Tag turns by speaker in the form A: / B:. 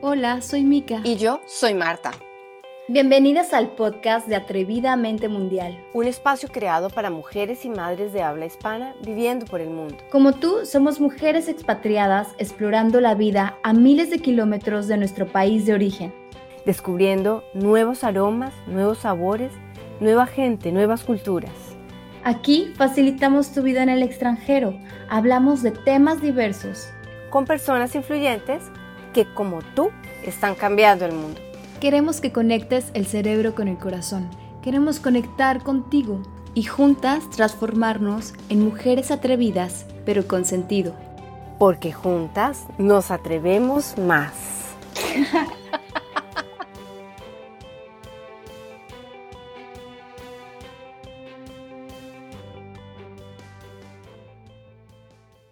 A: Hola, soy Mika.
B: Y yo soy Marta.
A: Bienvenidas al podcast de Atrevidamente Mundial.
B: Un espacio creado para mujeres y madres de habla hispana viviendo por el mundo.
A: Como tú, somos mujeres expatriadas explorando la vida a miles de kilómetros de nuestro país de origen.
B: Descubriendo nuevos aromas, nuevos sabores, nueva gente, nuevas culturas.
A: Aquí facilitamos tu vida en el extranjero. Hablamos de temas diversos.
B: Con personas influyentes que, como tú, están cambiando el mundo.
A: Queremos que conectes el cerebro con el corazón. Queremos conectar contigo y juntas transformarnos en mujeres atrevidas, pero con sentido.
B: Porque juntas nos atrevemos más.